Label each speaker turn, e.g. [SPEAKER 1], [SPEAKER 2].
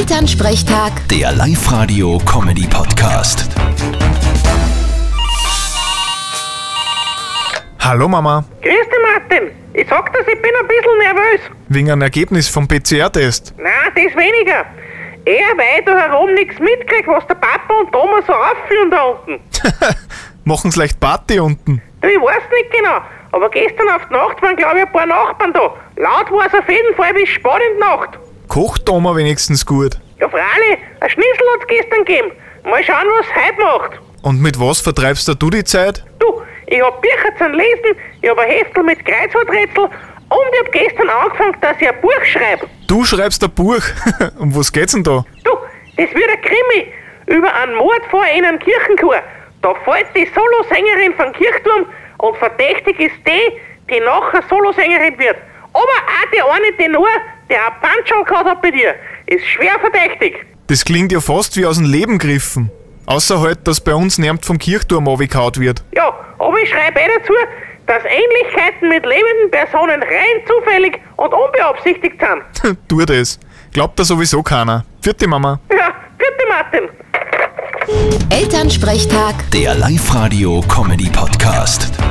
[SPEAKER 1] Elternsprechtag,
[SPEAKER 2] Der Live-Radio-Comedy-Podcast.
[SPEAKER 3] Hallo Mama,
[SPEAKER 4] Grüß dich, Martin. Ich sag dir, ich bin ein bisschen nervös.
[SPEAKER 3] wegen einem Ergebnis vom PCR-Test.
[SPEAKER 4] Nein, das weniger. Eher weil ich da herum nichts mitkrieg, was der Papa und Thomas so aufführen da unten.
[SPEAKER 3] Machen's leicht Party unten.
[SPEAKER 4] Du, ich weiß nicht genau, aber gestern auf die Nacht waren, glaube ich, ein paar Nachbarn da. Laut war es auf jeden Fall bis spät in die Nacht.
[SPEAKER 3] Kocht die Oma wenigstens gut.
[SPEAKER 4] Ja, Frale, ein Schnitzel hat's gestern gegeben. Mal schauen, was heute macht.
[SPEAKER 3] Und mit was vertreibst da du die Zeit?
[SPEAKER 4] Du, ich hab Bücher zum Lesen, ich hab ein Heftel mit Kreuzworträtsel und ich hab gestern angefangen, dass ich ein Buch schreibe.
[SPEAKER 3] Du schreibst ein Buch. um was geht's denn da?
[SPEAKER 4] Du, das wird ein Krimi über einen Mord vor einem Kirchenchor. Da fällt die Solosängerin vom Kirchturm und verdächtig ist die, die nachher Solosängerin wird. Aber auch der eine Tenor, der ein Punchal gehabt hat bei dir, ist schwer verdächtig.
[SPEAKER 3] Das klingt ja fast wie aus dem Leben griffen. Außer halt, dass bei uns niemand vom Kirchturm abgekaut wird.
[SPEAKER 4] Ja, aber ich schreibe eh dazu, dass Ähnlichkeiten mit lebenden Personen rein zufällig und unbeabsichtigt sind.
[SPEAKER 3] tu das. Glaubt da sowieso keiner. Vierte Mama.
[SPEAKER 4] Ja, bitte Martin.
[SPEAKER 1] Elternsprechtag.
[SPEAKER 2] Der Live-Radio-Comedy-Podcast.